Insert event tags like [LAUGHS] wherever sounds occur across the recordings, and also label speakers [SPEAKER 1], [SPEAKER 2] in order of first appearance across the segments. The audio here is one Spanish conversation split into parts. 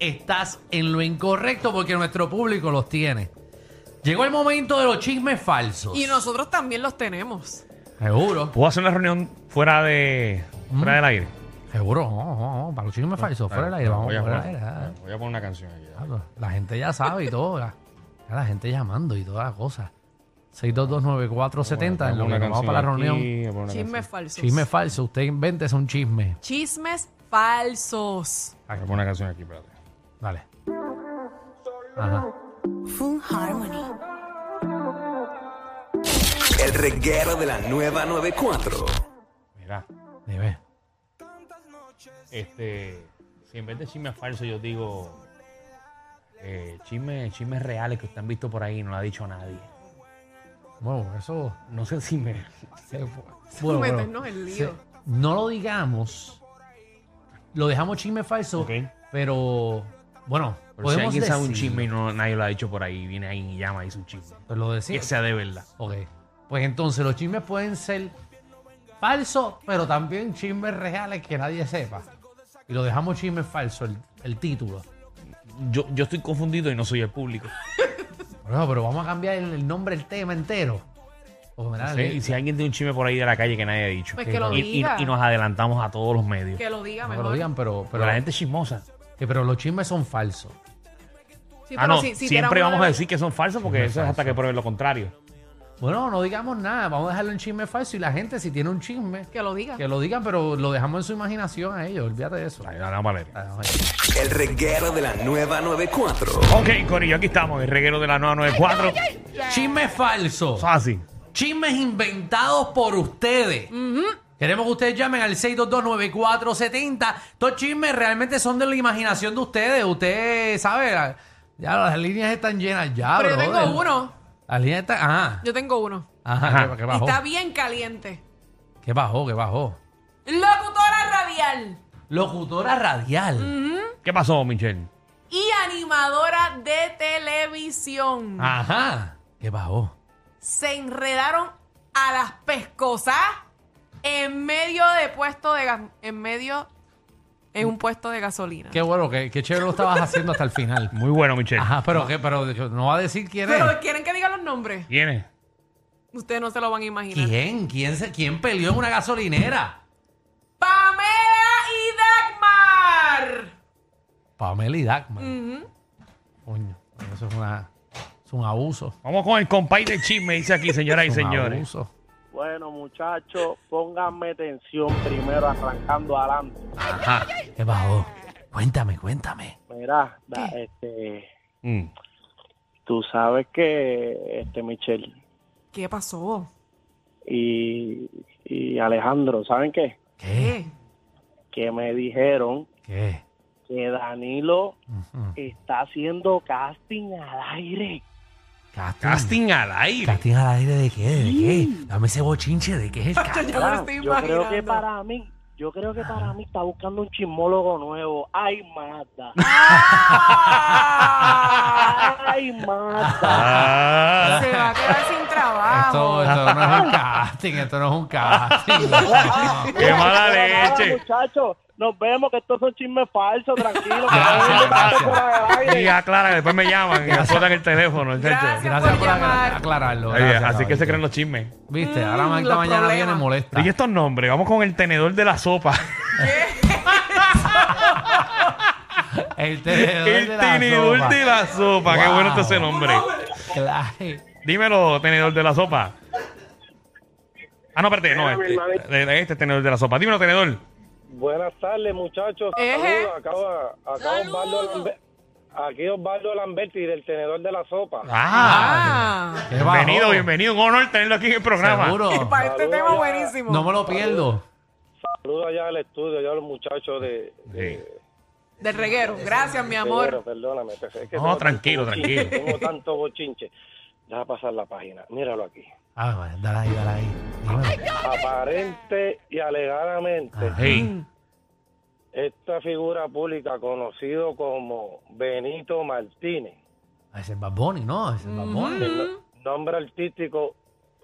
[SPEAKER 1] estás en lo incorrecto porque nuestro público los tiene. Llegó el momento de los chismes falsos.
[SPEAKER 2] Y nosotros también los tenemos.
[SPEAKER 1] Seguro,
[SPEAKER 3] ¿Puedo hacer una reunión fuera de
[SPEAKER 4] Mm.
[SPEAKER 3] fuera del aire?
[SPEAKER 1] seguro. no, no, no, Para los chismes falsos, fuera del aire, vamos,
[SPEAKER 4] Voy a,
[SPEAKER 1] fuera del
[SPEAKER 4] poner,
[SPEAKER 1] aire, ah.
[SPEAKER 4] voy a poner una canción aquí. ¿eh?
[SPEAKER 1] Claro, La gente ya sabe y todo. La, ya la gente llamando y todas las cosas. 6229470, en lo que nos vamos para la reunión.
[SPEAKER 2] Chismes falsos.
[SPEAKER 1] Chisme falso, usted invente un chisme.
[SPEAKER 2] Chismes falsos.
[SPEAKER 4] Voy a poner una canción aquí, espérate.
[SPEAKER 1] Dale. Ajá.
[SPEAKER 5] El reguero de la nueva 94.
[SPEAKER 4] Mira,
[SPEAKER 1] Dime.
[SPEAKER 4] este, si en vez de chismes falsos yo digo eh, chismes, chismes reales que usted han visto por ahí y no lo ha dicho nadie.
[SPEAKER 1] Bueno, eso.
[SPEAKER 4] No sé si me...
[SPEAKER 1] Eh, bueno, bueno,
[SPEAKER 2] meternos en lío.
[SPEAKER 1] se- no lo digamos. Lo dejamos chisme falso.
[SPEAKER 4] Ok.
[SPEAKER 1] Pero bueno,
[SPEAKER 4] Pero si
[SPEAKER 1] podemos
[SPEAKER 4] alguien sabe un
[SPEAKER 1] decir-
[SPEAKER 4] chisme y no, nadie lo ha dicho por ahí, viene ahí y llama y dice un chisme.
[SPEAKER 1] pues lo
[SPEAKER 4] Sí. Que
[SPEAKER 1] decimos.
[SPEAKER 4] sea de verdad.
[SPEAKER 1] Ok. Pues entonces los chismes pueden ser falsos, pero también chismes reales que nadie sepa. Y lo dejamos chisme falso, el, el título.
[SPEAKER 4] Yo, yo estoy confundido y no soy el público.
[SPEAKER 1] Bueno, pero vamos a cambiar el, el nombre del tema entero. Pues, mira,
[SPEAKER 4] Sí,
[SPEAKER 1] le-
[SPEAKER 4] Y si alguien tiene un chisme por ahí de la calle que nadie ha dicho.
[SPEAKER 2] Pues que lo
[SPEAKER 4] y, y-
[SPEAKER 2] diga.
[SPEAKER 4] y nos adelantamos a todos los medios.
[SPEAKER 2] Que lo diga
[SPEAKER 1] no que
[SPEAKER 2] mejor.
[SPEAKER 1] lo digan, pero,
[SPEAKER 4] Pero
[SPEAKER 1] pero,
[SPEAKER 4] la gente es chismosa.
[SPEAKER 1] que- pero los chismes son falsos.
[SPEAKER 2] Sí,
[SPEAKER 4] Ah,
[SPEAKER 2] pero
[SPEAKER 4] no,
[SPEAKER 2] si- si
[SPEAKER 4] siempre
[SPEAKER 2] tiramos
[SPEAKER 4] vamos
[SPEAKER 2] una
[SPEAKER 4] a
[SPEAKER 2] de-
[SPEAKER 4] decir que son falsos porque eso es hasta que prueben lo contrario.
[SPEAKER 1] Bueno, no digamos nada, vamos a dejarlo en chisme falso. Y la gente, si tiene un chisme,
[SPEAKER 2] Que lo diga.
[SPEAKER 1] Que lo digan, pero lo dejamos en su imaginación a ellos. Olvídate de eso.
[SPEAKER 4] Ahí va la Valeria.
[SPEAKER 1] Ah, oye.
[SPEAKER 5] El reguero de la nueva 94.
[SPEAKER 4] Ok, Corillo, aquí estamos, el reguero de la 994.
[SPEAKER 1] Chisme falso.
[SPEAKER 4] Eso es así.
[SPEAKER 1] Chismes inventados por ustedes. Queremos que ustedes llamen al 6229470. Estos chismes realmente son de la imaginación de ustedes. Usted sabe, la- ya las líneas están llenas ya,
[SPEAKER 2] Pero yo
[SPEAKER 1] brother.
[SPEAKER 2] tengo uno.
[SPEAKER 1] Las líneas están... Ajá.
[SPEAKER 2] Yo tengo uno.
[SPEAKER 1] Ajá.
[SPEAKER 4] Ajá.
[SPEAKER 1] ¿Qué, qué
[SPEAKER 2] Y
[SPEAKER 1] bajó?
[SPEAKER 2] está bien caliente.
[SPEAKER 1] ¿Qué bajó? ¿Qué bajó?
[SPEAKER 2] Locutora radial
[SPEAKER 1] Locutora radial.
[SPEAKER 4] ¿Qué pasó, Michelle?
[SPEAKER 2] y animadora de televisión
[SPEAKER 1] Ah. Ajá. ¿Qué bajó?
[SPEAKER 2] se enredaron a las pescosas en medio de puesto de gas- en medio en un puesto de gasolina.
[SPEAKER 1] Qué bueno, qué, qué chévere lo estabas haciendo hasta el final.
[SPEAKER 4] Muy bueno, Michelle.
[SPEAKER 1] Ajá, pero, ¿qué? pero no va a decir quién es.
[SPEAKER 2] Pero quieren que diga los nombres.
[SPEAKER 4] ¿Quién es?
[SPEAKER 2] Ustedes no se lo van a imaginar.
[SPEAKER 1] ¿Quién? ¿Quién, se, ¿Quién peleó en una gasolinera?
[SPEAKER 2] Pamela y Dagmar.
[SPEAKER 1] Pamela y Dagmar. Coño, eso es, una, es un abuso.
[SPEAKER 4] Vamos con el compay de chisme, dice aquí, señoras y
[SPEAKER 1] Es un
[SPEAKER 4] señores.
[SPEAKER 1] abuso.
[SPEAKER 6] Bueno, muchachos, pónganme tensión primero arrancando adelante.
[SPEAKER 1] Ajá. ¿Qué bajó? Cuéntame, cuéntame.
[SPEAKER 6] Mira, da- este,
[SPEAKER 4] Mm.
[SPEAKER 6] tú sabes que este Michelle
[SPEAKER 2] ¿Qué pasó?
[SPEAKER 6] y, y Alejandro, ¿saben qué?
[SPEAKER 1] ¿Qué?
[SPEAKER 6] Que me dijeron
[SPEAKER 1] ¿Qué?
[SPEAKER 6] que Danilo
[SPEAKER 1] Ujú.
[SPEAKER 6] está haciendo casting al aire.
[SPEAKER 1] Casting.
[SPEAKER 4] Casting al aire.
[SPEAKER 1] Casting al aire de qué? ¿De qué? Dame ese bochinche de qué
[SPEAKER 2] [LAUGHS]
[SPEAKER 1] es el
[SPEAKER 2] Yo
[SPEAKER 1] casting.
[SPEAKER 2] me lo estoy
[SPEAKER 6] Ah, yo
[SPEAKER 2] imaginando.
[SPEAKER 6] creo que para mí, yo creo que para mí está buscando un chismólogo nuevo. Ay, Mata.
[SPEAKER 2] ¡Ah!
[SPEAKER 6] Ay, Mata.
[SPEAKER 4] Ah,
[SPEAKER 2] Se va a quedar
[SPEAKER 1] [LAUGHS]
[SPEAKER 2] sin trabajo.
[SPEAKER 1] Esto, esto no es un casting, esto no es
[SPEAKER 2] [LAUGHS]
[SPEAKER 1] un casting. No.
[SPEAKER 4] ¡Qué mala
[SPEAKER 6] Nada,
[SPEAKER 4] leche!
[SPEAKER 6] muchachos, nos vemos que estos son chismes falsos, tranquilo. que
[SPEAKER 1] Gracias,
[SPEAKER 6] no hay tanto
[SPEAKER 1] gracias.
[SPEAKER 6] por el aire.
[SPEAKER 4] Diga Clara, después me llaman y me explotan el teléfono. el techo.
[SPEAKER 2] Gracias.
[SPEAKER 1] Gracias por
[SPEAKER 2] llamar.
[SPEAKER 1] acla- aclararlo.
[SPEAKER 4] Oye,
[SPEAKER 1] gracias,
[SPEAKER 4] así que se
[SPEAKER 1] caballero.
[SPEAKER 4] creen los chismes.
[SPEAKER 1] Viste, ahora
[SPEAKER 2] Mm,
[SPEAKER 1] Magda
[SPEAKER 2] los
[SPEAKER 1] mañana
[SPEAKER 2] problemas.
[SPEAKER 1] viene molesta.
[SPEAKER 4] Diga estos nombres, vamos con el tenedor de la sopa.
[SPEAKER 1] [LAUGHS] El [LAUGHS] tenedor,
[SPEAKER 3] El
[SPEAKER 1] de la
[SPEAKER 3] tenedor
[SPEAKER 1] sopa.
[SPEAKER 3] de la sopa. Qué
[SPEAKER 1] Wow.
[SPEAKER 3] bueno está ese nombre.
[SPEAKER 1] Claro.
[SPEAKER 3] Dímelo, tenedor de la sopa. Ah, no, espérate, no.
[SPEAKER 6] Espérame,
[SPEAKER 3] Este, este, es tenedor de la sopa. Dímelo, tenedor.
[SPEAKER 6] Buenas tardes, muchachos.
[SPEAKER 2] Eje.
[SPEAKER 6] Saludos. Acabo, acabo Osvaldo Lambe- Aquí Osvaldo Lamberti del tenedor de la sopa.
[SPEAKER 3] Ah,
[SPEAKER 2] Ah.
[SPEAKER 1] Qué
[SPEAKER 3] bienvenido,
[SPEAKER 1] bajón.
[SPEAKER 3] bienvenido. Un honor tenerlo aquí en el programa.
[SPEAKER 2] [LAUGHS]
[SPEAKER 1] Seguro.
[SPEAKER 2] Para este
[SPEAKER 6] Saludos
[SPEAKER 2] tema
[SPEAKER 6] allá.
[SPEAKER 2] buenísimo.
[SPEAKER 1] No me lo pierdo.
[SPEAKER 6] Saludos allá al estudio, ya a los muchachos de...
[SPEAKER 3] Sí.
[SPEAKER 2] Del reguero. Gracias, mi
[SPEAKER 6] Pero
[SPEAKER 2] amor.
[SPEAKER 6] perdóname. es que
[SPEAKER 3] No,
[SPEAKER 6] tengo
[SPEAKER 3] tranquilo,
[SPEAKER 6] tanto bochinche,
[SPEAKER 3] tranquilo.
[SPEAKER 6] Tengo tanto bochinche. Deja pasar la página. Míralo aquí.
[SPEAKER 1] Ah, bueno, dale ahí, dale ahí. Dímelo.
[SPEAKER 6] Aparente y alegadamente,
[SPEAKER 3] Ah. Sí.
[SPEAKER 6] esta figura pública conocido como Benito Martínez,
[SPEAKER 1] Ah, Ese es Bad Bunny, ¿no? Ese es Bad Bunny.
[SPEAKER 6] el no- nombre artístico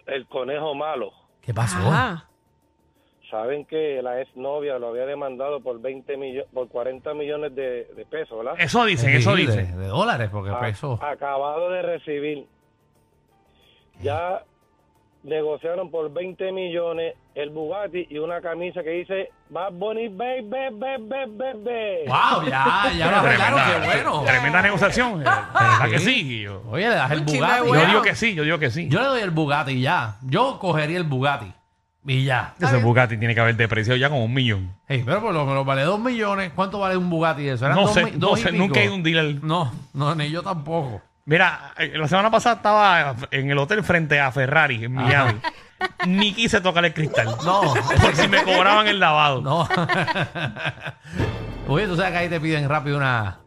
[SPEAKER 6] El Conejo Malo.
[SPEAKER 1] ¿Qué pasó?
[SPEAKER 2] Ajá.
[SPEAKER 6] Saben que la exnovia lo había demandado por 20 millo- por 40 millones de, de pesos, ¿verdad?
[SPEAKER 3] Eso dicen, eso Ah.
[SPEAKER 1] Sí, de-
[SPEAKER 3] dicen.
[SPEAKER 1] De dólares, porque
[SPEAKER 6] A-
[SPEAKER 1] peso.
[SPEAKER 6] Acabado de recibir. Ya negociaron por 20 millones el Bugatti y una camisa que dice Bad Bunny, baby, baby, baby, baby.
[SPEAKER 1] ¡Wow! Ya, ya lo arreglaron, qué bueno.
[SPEAKER 3] tremenda negociación. eh, ¿Verdad que
[SPEAKER 1] Sí.
[SPEAKER 3] sí? Yo,
[SPEAKER 1] Oye, le das el
[SPEAKER 2] Un chisme
[SPEAKER 1] Bugatti.
[SPEAKER 3] yo
[SPEAKER 2] Bueno.
[SPEAKER 3] digo que sí, yo digo que sí.
[SPEAKER 1] Yo le doy el Bugatti ya. Yo cogería el Bugatti. Y ya.
[SPEAKER 3] Ese Bugatti tiene que haber depreciado ya como un millón.
[SPEAKER 1] Ey, pero por lo menos vale dos millones. ¿Cuánto vale un Bugatti eso? Eran
[SPEAKER 3] No
[SPEAKER 1] dos
[SPEAKER 3] sé,
[SPEAKER 1] mi-
[SPEAKER 3] no
[SPEAKER 1] dos y
[SPEAKER 3] sé,
[SPEAKER 1] pico.
[SPEAKER 3] nunca he ido a un dealer.
[SPEAKER 1] No, no, ni yo tampoco.
[SPEAKER 3] Mira, eh, la semana pasada estaba en el hotel frente a Ferrari en Miami. Ni quise tocar el cristal.
[SPEAKER 1] Ah. No,
[SPEAKER 3] Por si me cobraban el lavado.
[SPEAKER 1] [LAUGHS] no. Oye, tú sabes que ahí te piden rápido una...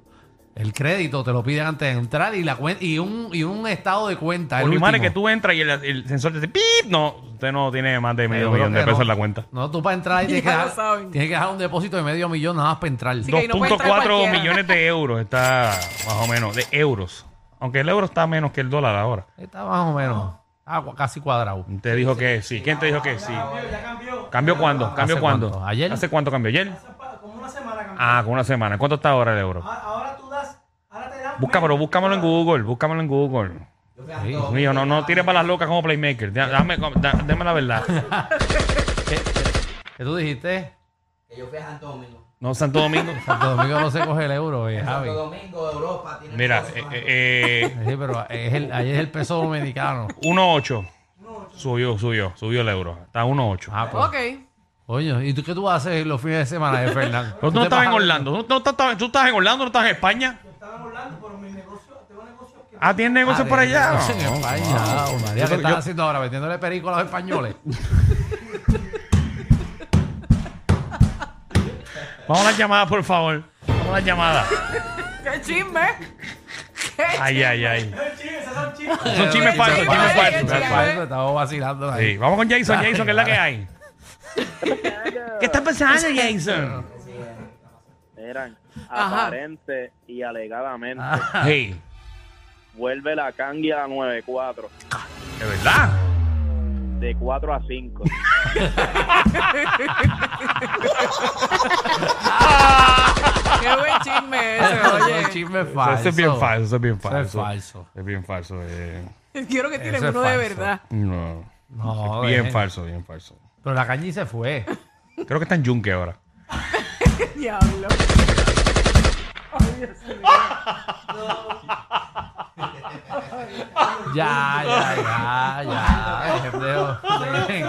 [SPEAKER 1] El crédito te lo piden antes de entrar y la cuen- y un, y un estado de cuenta.
[SPEAKER 3] Por
[SPEAKER 1] el
[SPEAKER 3] lo malo es que
[SPEAKER 1] último.
[SPEAKER 3] tú entras y el, el sensor te dice ¡pip! No, usted no tiene más de medio
[SPEAKER 1] Yo creo
[SPEAKER 3] millón de
[SPEAKER 1] que
[SPEAKER 3] pesos
[SPEAKER 1] no.
[SPEAKER 3] en la cuenta.
[SPEAKER 1] No, tú para entrar ahí tienes
[SPEAKER 2] [LAUGHS]
[SPEAKER 1] que,
[SPEAKER 2] Ya lo
[SPEAKER 1] dejar,
[SPEAKER 2] saben.
[SPEAKER 1] tienes que dejar un depósito de medio millón nada más para entrar.
[SPEAKER 2] Sí, que ahí no puede entrar
[SPEAKER 3] 2.4
[SPEAKER 2] cualquiera.
[SPEAKER 3] millones de euros está más o menos, de euros. Aunque el euro está menos que el dólar ahora.
[SPEAKER 1] Está más o menos. Ah, cua- casi cuadrado.
[SPEAKER 3] Te dijo que sí. ¿Quién te dijo que sí? ¿Cambió cuándo? ¿Cambió
[SPEAKER 1] ¿Hace
[SPEAKER 3] cuándo?
[SPEAKER 1] cuánto? ¿Ayer?
[SPEAKER 3] ¿Hace cuánto cambió? ¿Ayer? Ah, con una semana. ¿Cuánto está ahora el euro?
[SPEAKER 7] Ah, Ahora tú das, ahora te dan.
[SPEAKER 3] Búscamelo, búscamelo en Google, búscamelo en Google. Dios mío, no, no tires para las locas como Playmaker. Ya, Dame, da- dame la verdad.
[SPEAKER 1] ¿Qué tú dijiste?
[SPEAKER 7] Que yo fui a Santo Domingo.
[SPEAKER 3] No, Santo Domingo.
[SPEAKER 1] Santo Domingo no se coge el euro, eh, Javi.
[SPEAKER 7] Santo Domingo, Europa. Tiene
[SPEAKER 3] Mira,
[SPEAKER 7] cosas
[SPEAKER 3] eh,
[SPEAKER 7] más.
[SPEAKER 3] eh, eh,
[SPEAKER 1] Sí, pero es el, ahí es el peso dominicano.
[SPEAKER 3] 1.8. Subió, subió, subió el euro. Está 1.8.
[SPEAKER 1] Ah, pues.
[SPEAKER 2] Ok.
[SPEAKER 1] Oye, ¿y tú qué tú haces los fines de semana, eh, Fernando?
[SPEAKER 3] Pero tú no
[SPEAKER 1] te
[SPEAKER 3] estabas en
[SPEAKER 1] pasas-
[SPEAKER 3] Orlando. ¿Tú, no estás- tú estás en Orlando, no estás en España. Ah, tienes negocios por allá.
[SPEAKER 1] No, en España. Ave María, ¿qué
[SPEAKER 3] Yo-
[SPEAKER 1] estás
[SPEAKER 3] yo-
[SPEAKER 1] haciendo ahora? ¿Vendiéndole perico a los [LAUGHS] españoles?
[SPEAKER 3] Vamos a las llamadas, por favor. Vamos a las llamadas.
[SPEAKER 2] ¡Qué chisme! ¡Qué
[SPEAKER 3] Ay, ay, [LAUGHS] ay. Son
[SPEAKER 1] Chime
[SPEAKER 3] chismes falsos, chismes
[SPEAKER 2] Ay,
[SPEAKER 3] falsos.
[SPEAKER 2] ay, ay.
[SPEAKER 1] Estamos vacilando ahí.
[SPEAKER 3] Sí, vamos con Jason, Jason, que es la que hay. ¿Qué está pasando, Jason?
[SPEAKER 8] Eran
[SPEAKER 2] Ajá.
[SPEAKER 8] aparente y alegadamente.
[SPEAKER 3] Hey,
[SPEAKER 8] Vuelve la cangia a la 94,
[SPEAKER 3] de verdad.
[SPEAKER 8] de 4 a 5.
[SPEAKER 2] ¡Qué buen chisme
[SPEAKER 1] [LAUGHS]
[SPEAKER 2] ese,
[SPEAKER 1] [LAUGHS] Eso es
[SPEAKER 2] oye!
[SPEAKER 1] chisme
[SPEAKER 3] Eso,
[SPEAKER 1] falso.
[SPEAKER 3] es bien falso, eso es bien
[SPEAKER 1] Eso
[SPEAKER 3] falso.
[SPEAKER 1] es falso.
[SPEAKER 3] Es bien falso. eh.
[SPEAKER 2] Quiero que tienen
[SPEAKER 1] Eso es
[SPEAKER 2] uno de
[SPEAKER 1] falso.
[SPEAKER 2] verdad.
[SPEAKER 3] No. eh.
[SPEAKER 1] No,
[SPEAKER 3] bien
[SPEAKER 1] dejen.
[SPEAKER 3] falso, bien falso.
[SPEAKER 1] Pero la cañi se fue.
[SPEAKER 3] Creo que está en Yunque ahora.
[SPEAKER 2] Diablo.
[SPEAKER 1] Ya, ya, ya, ya. Dejen,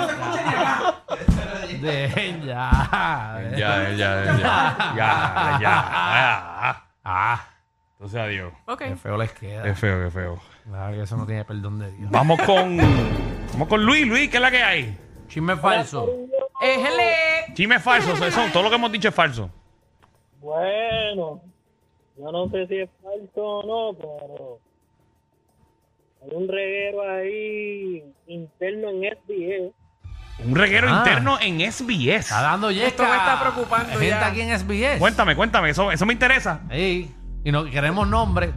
[SPEAKER 1] dejen, Dejen ya.
[SPEAKER 3] Ya, ya,
[SPEAKER 1] dejen.
[SPEAKER 3] ya, ya, ya, ya, ya.
[SPEAKER 1] Ah,
[SPEAKER 3] Entonces, adiós.
[SPEAKER 2] Ok.
[SPEAKER 1] qué feo les queda.
[SPEAKER 3] Es feo, qué feo.
[SPEAKER 1] Claro que eso no tiene perdón de Dios.
[SPEAKER 3] Vamos con. Vamos con Luis, Luis, ¿qué es la que hay?
[SPEAKER 1] Chisme falso.
[SPEAKER 2] ¡Éjele!
[SPEAKER 3] Chisme falso, eso, todo lo que hemos dicho es falso.
[SPEAKER 6] Bueno, yo no sé si es falso o no, pero hay un reguero ahí interno en SBA.
[SPEAKER 3] Un reguero
[SPEAKER 1] Ah.
[SPEAKER 3] interno en SBS.
[SPEAKER 1] Está dando yesca.
[SPEAKER 2] Esto me está preocupando
[SPEAKER 1] Gente
[SPEAKER 2] ya.
[SPEAKER 1] aquí en SBS.
[SPEAKER 3] Cuéntame, cuéntame, eso, eso me interesa.
[SPEAKER 1] Ey, y no queremos nombre.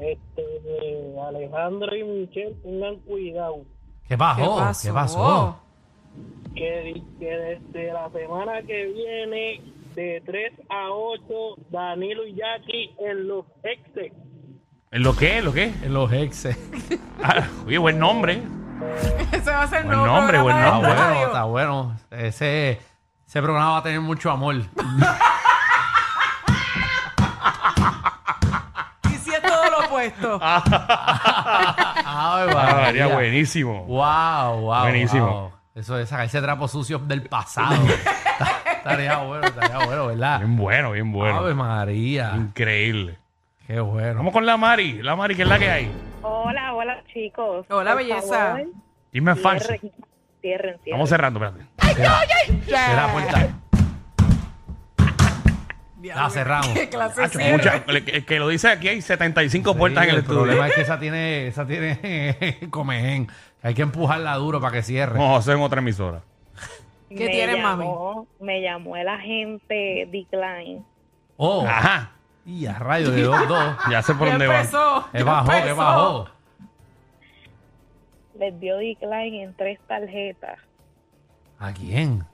[SPEAKER 6] Este, Alejandro y Michelle, tengan cuidado.
[SPEAKER 1] ¿Qué pasó?
[SPEAKER 2] ¿Qué pasó?
[SPEAKER 1] ¿Qué pasó?
[SPEAKER 6] Que, di- que desde la semana que viene, de 3 a 8, Danilo y Jackie en los exes.
[SPEAKER 3] ¿Lo qué? ¿Lo qué?
[SPEAKER 1] En los [LAUGHS] exes.
[SPEAKER 3] Ah, oye, buen nombre.
[SPEAKER 2] Ese va a ser el
[SPEAKER 3] Buen
[SPEAKER 2] nuevo
[SPEAKER 3] nombre, buen
[SPEAKER 1] Está
[SPEAKER 2] programa
[SPEAKER 3] nombre.
[SPEAKER 2] de
[SPEAKER 1] bueno,
[SPEAKER 2] radio.
[SPEAKER 1] está bueno.
[SPEAKER 3] [LAUGHS]
[SPEAKER 1] Ese, ese programa va a tener mucho amor.
[SPEAKER 2] esto.
[SPEAKER 1] Ah. Ay,
[SPEAKER 3] Ah, María,
[SPEAKER 1] María.
[SPEAKER 3] buenísimo.
[SPEAKER 1] Wow, wow.
[SPEAKER 3] Buenísimo.
[SPEAKER 1] wow. Eso de sacarse trapos sucios del pasado.
[SPEAKER 3] [LAUGHS]
[SPEAKER 1] Ta- estaría bueno, estaría bueno, ¿verdad?
[SPEAKER 3] Bien bueno, bien bueno.
[SPEAKER 1] Ave María.
[SPEAKER 3] Increíble.
[SPEAKER 1] Qué bueno.
[SPEAKER 3] Vamos con la Mari. La Mari, que es la que hay.
[SPEAKER 9] Hola, hola chicos.
[SPEAKER 2] Hola,
[SPEAKER 9] Por
[SPEAKER 6] Ah,
[SPEAKER 2] belleza.
[SPEAKER 9] favor,
[SPEAKER 3] Chisme falso.
[SPEAKER 9] Cierren, cierren, cierren.
[SPEAKER 3] Vamos cerrando, espérate.
[SPEAKER 1] Cierra la puerta.
[SPEAKER 2] Diablo,
[SPEAKER 1] cerramos.
[SPEAKER 2] [LAUGHS] Qué clase
[SPEAKER 3] Hacho,
[SPEAKER 2] cierre.
[SPEAKER 3] mucha- el, el que lo dice aquí hay 75 puertas
[SPEAKER 1] Sí,
[SPEAKER 3] en el,
[SPEAKER 1] el
[SPEAKER 3] estudio.
[SPEAKER 1] problema es que esa tiene, esa tiene [LAUGHS] comején. Hay que empujarla duro para que cierre.
[SPEAKER 3] Vamos a hacer en otra emisora.
[SPEAKER 2] ¿Qué tienes, mami?
[SPEAKER 9] llamó- Me llamó el agente Decline.
[SPEAKER 1] Oh,
[SPEAKER 3] Ajá.
[SPEAKER 1] y a rayo de dos, dos.
[SPEAKER 3] [LAUGHS] Ya sé por
[SPEAKER 2] Ya
[SPEAKER 3] dónde va.
[SPEAKER 2] empezó,
[SPEAKER 1] Que
[SPEAKER 2] ya
[SPEAKER 1] bajó, que
[SPEAKER 2] empezó. [LAUGHS]
[SPEAKER 1] bajó.
[SPEAKER 9] Les dio Decline en tres tarjetas
[SPEAKER 1] ¿A quién?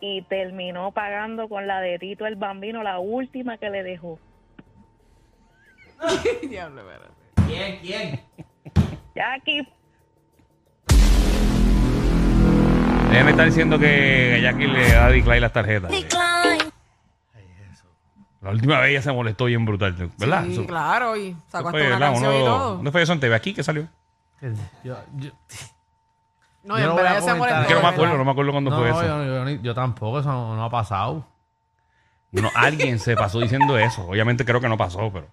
[SPEAKER 9] y terminó pagando con la de Tito el Bambino, la última que le dejó.
[SPEAKER 2] Diablo, espérate.
[SPEAKER 7] ¿Quién? ¿Quién?
[SPEAKER 9] Jackie,
[SPEAKER 3] Ella me está diciendo que Jackie le da a decline las tarjetas.
[SPEAKER 10] Decline.
[SPEAKER 3] La última vez ella se molestó bien brutal, ¿verdad?
[SPEAKER 2] Sí,
[SPEAKER 3] Eso-
[SPEAKER 2] claro, y sacó
[SPEAKER 3] eso
[SPEAKER 2] hasta
[SPEAKER 3] fue,
[SPEAKER 2] una
[SPEAKER 3] ¿verdad?
[SPEAKER 2] canción y
[SPEAKER 3] Uno-
[SPEAKER 2] todo.
[SPEAKER 3] ¿Dónde fue eso en TV? ¿Aquí que salió?
[SPEAKER 1] Yo, yo-
[SPEAKER 2] No, en
[SPEAKER 1] Yo no voy a
[SPEAKER 2] verdad se
[SPEAKER 1] comentar
[SPEAKER 2] molestó.
[SPEAKER 3] Es que no me
[SPEAKER 2] de
[SPEAKER 3] acuerdo,
[SPEAKER 2] verdad.
[SPEAKER 3] no me acuerdo cuándo
[SPEAKER 1] no,
[SPEAKER 3] fue
[SPEAKER 1] no,
[SPEAKER 3] eso.
[SPEAKER 1] yo, yo ni- yo tampoco, eso no, no ha pasado.
[SPEAKER 3] No, alguien se pasó diciendo eso. Obviamente creo que no pasó, pero.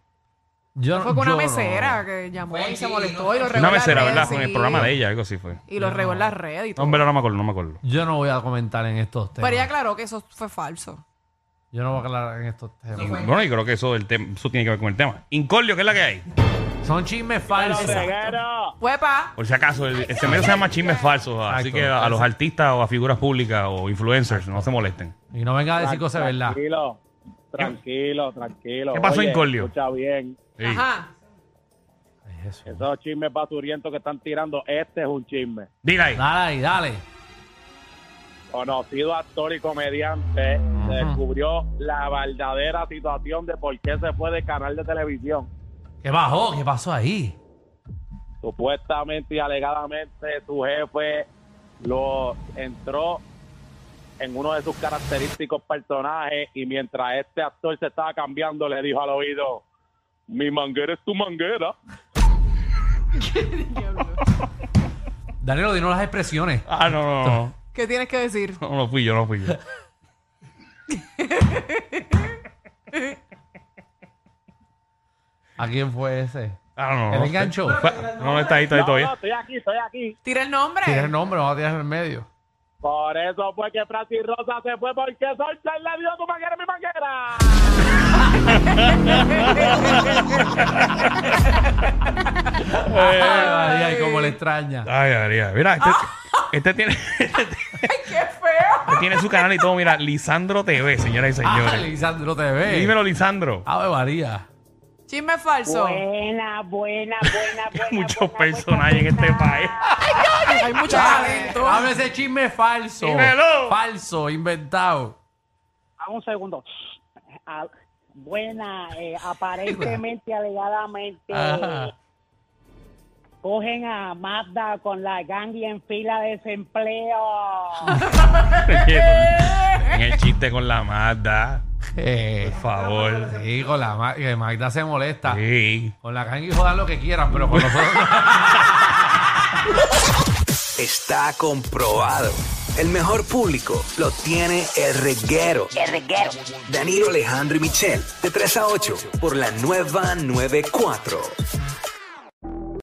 [SPEAKER 1] Yo,
[SPEAKER 2] Fue con una
[SPEAKER 1] yo no-
[SPEAKER 2] mesera que llamó
[SPEAKER 7] Fue
[SPEAKER 2] y se
[SPEAKER 7] aquí,
[SPEAKER 2] molestó
[SPEAKER 7] ¿no?
[SPEAKER 2] y lo
[SPEAKER 3] Una
[SPEAKER 2] regó en las
[SPEAKER 3] mesera,
[SPEAKER 2] redes,
[SPEAKER 3] ¿verdad? Fue en el
[SPEAKER 2] sí.
[SPEAKER 3] programa de ella, algo así fue.
[SPEAKER 2] Y lo regó en las redes y
[SPEAKER 3] No,
[SPEAKER 2] todo.
[SPEAKER 3] hombre, no me acuerdo, no me acuerdo.
[SPEAKER 1] Yo no voy a comentar en estos temas.
[SPEAKER 2] Pero ella aclaró que eso fue falso.
[SPEAKER 1] Yo no voy a aclarar en estos temas.
[SPEAKER 3] Bueno, y creo que eso, del tem- eso tiene que ver con el tema. Incordio, ¿qué es la que hay?
[SPEAKER 1] Son chismes falsos.
[SPEAKER 2] ¡Huepa!
[SPEAKER 3] Por si acaso, el, el semero se llama chismes falsos. Así
[SPEAKER 1] Exacto.
[SPEAKER 3] que a, a los artistas o a figuras públicas o influencers, no se molesten.
[SPEAKER 1] Y no venga a decir cosas de verdad.
[SPEAKER 8] Tranquilo, tranquilo, tranquilo.
[SPEAKER 3] ¿Qué pasó,
[SPEAKER 8] Oye,
[SPEAKER 3] Incolio?
[SPEAKER 8] Escucha bien.
[SPEAKER 3] Sí.
[SPEAKER 2] Ajá.
[SPEAKER 1] Ay, Jesús.
[SPEAKER 8] Esos chismes basurientos que están tirando, este es un chisme.
[SPEAKER 3] Dile ahí.
[SPEAKER 1] Dale ahí, dale.
[SPEAKER 8] Conocido actor y comediante descubrió la verdadera situación de por qué se fue del canal de televisión.
[SPEAKER 1] ¿Qué bajó? ¿Qué pasó ahí?
[SPEAKER 8] Supuestamente y alegadamente su jefe lo entró en uno de sus característicos personajes y mientras este actor se estaba cambiando le dijo al oído, mi manguera es tu manguera.
[SPEAKER 1] Danilo, dinos las expresiones.
[SPEAKER 3] Ah, no, no,
[SPEAKER 1] [LAUGHS]
[SPEAKER 3] no.
[SPEAKER 2] ¿Qué tienes que decir?
[SPEAKER 3] No, no fui yo, no fui yo.
[SPEAKER 1] ¿A quién fue ese?
[SPEAKER 3] Ah, no, no.
[SPEAKER 1] ¿El
[SPEAKER 3] no
[SPEAKER 1] enganchó?
[SPEAKER 3] sé. Fue- No, no está ahí, está ahí
[SPEAKER 8] No, no,
[SPEAKER 3] todavía.
[SPEAKER 8] estoy aquí, estoy aquí.
[SPEAKER 2] Tira el nombre.
[SPEAKER 1] Tiene el nombre, vamos a tirar en el medio.
[SPEAKER 8] Por eso fue que Francis Rosa se fue porque Solter le dio tu manguera, mi manguera.
[SPEAKER 1] Ay, María, y cómo le extraña.
[SPEAKER 3] Ay, María. Mira, este, este tiene, este
[SPEAKER 2] [LAUGHS] ¡Ay, qué feo!
[SPEAKER 3] tiene su canal y todo. Mira, Lisandro TV, señoras y
[SPEAKER 1] Ah,
[SPEAKER 3] señores.
[SPEAKER 1] Lisandro TV.
[SPEAKER 3] Dímelo, Lisandro.
[SPEAKER 1] Ave María.
[SPEAKER 2] Chisme falso.
[SPEAKER 9] Pues, buena, buena, buena,
[SPEAKER 3] [LAUGHS]
[SPEAKER 9] buena.
[SPEAKER 3] Muchos
[SPEAKER 9] buena,
[SPEAKER 3] personajes en
[SPEAKER 9] buena,
[SPEAKER 3] este
[SPEAKER 9] buena.
[SPEAKER 3] país.
[SPEAKER 2] Hay mucho talento.
[SPEAKER 1] Dame ese chisme falso.
[SPEAKER 3] Dímelo.
[SPEAKER 1] Falso, inventado.
[SPEAKER 9] a un segundo. A- buena, eh, aparentemente, alegadamente,
[SPEAKER 1] Ajá.
[SPEAKER 9] cogen a Mazda con la gangue en fila de desempleo.
[SPEAKER 3] en el chiste con la Mazda.
[SPEAKER 1] Eh,
[SPEAKER 3] Por favor.
[SPEAKER 1] sí, con la Ma- que Magda se molesta.
[SPEAKER 3] Sí.
[SPEAKER 1] Con la cangui jodan lo que quieran, pero con nosotros no.
[SPEAKER 5] Está comprobado. El mejor público lo tiene el reguero. El reguero. Danilo Alejandro y Michel, de 3 a 8, por la nueva 94.